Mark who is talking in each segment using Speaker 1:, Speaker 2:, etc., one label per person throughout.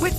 Speaker 1: With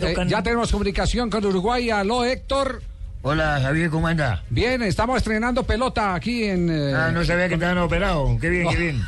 Speaker 2: Eh, ya tenemos comunicación con Uruguay. Aló, Héctor.
Speaker 3: Hola, Javier, ¿cómo anda?
Speaker 2: Bien, estamos estrenando pelota aquí en... eh,
Speaker 3: Ah, no sabía que estaban operados. Qué bien, qué bien.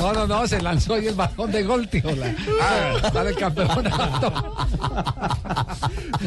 Speaker 2: No, no, no, se lanzó hoy el balón de gol, tío. La, ah, para el campeonato.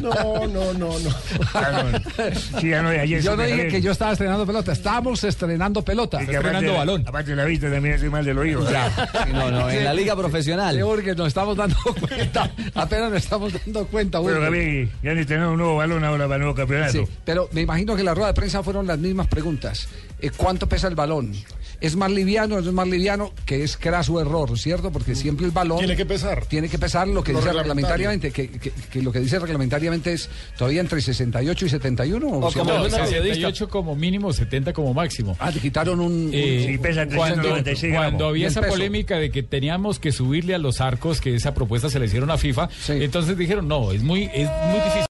Speaker 4: No, no, no, no.
Speaker 3: Ah, no. Sí, ya no, ayer
Speaker 2: Yo
Speaker 3: se
Speaker 2: no
Speaker 3: me
Speaker 2: dije
Speaker 3: jalé.
Speaker 2: que yo estaba estrenando pelota. Estamos estrenando pelota.
Speaker 3: Y que aparte de- Aparte de la vista también estoy mal del oído.
Speaker 5: No, no, en la liga
Speaker 2: Sí,
Speaker 5: profesional.
Speaker 2: porque nos estamos dando cuenta. Apenas nos estamos dando cuenta.
Speaker 3: Pero
Speaker 2: Urge.
Speaker 3: Javier, ya han estrenado un nuevo balón ahora para el nuevo campeonato.
Speaker 2: Sí, pero me imagino que la rueda de prensa fueron las mismas preguntas. Eh, ¿Cuánto pesa el balón? ¿Es más liviano o no es más liviano? Que es craso error, ¿cierto? Porque siempre el balón...
Speaker 4: Mm. Tiene que pesar.
Speaker 2: Tiene que pesar lo que
Speaker 4: Lo
Speaker 2: dice
Speaker 4: reglamentario.
Speaker 2: reglamentariamente. Que, que- que lo que dice reglamentariamente es todavía entre 68 y 71. ¿o
Speaker 6: O
Speaker 2: sí?
Speaker 6: como
Speaker 2: No,
Speaker 6: una
Speaker 2: no,
Speaker 6: periodista. 68 como mínimo, 70 como máximo.
Speaker 2: Ah, le quitaron un...
Speaker 6: Eh,
Speaker 3: Sí, pesa
Speaker 6: cuando,
Speaker 3: 396 gramos.
Speaker 6: cuando
Speaker 2: Y
Speaker 6: había
Speaker 2: en
Speaker 6: esa
Speaker 2: peso.
Speaker 6: polémica de que teníamos que subirle a los arcos, que esa propuesta se le hicieron a FIFA,
Speaker 2: Sí.
Speaker 6: entonces dijeron, no, es muy, es muy difícil.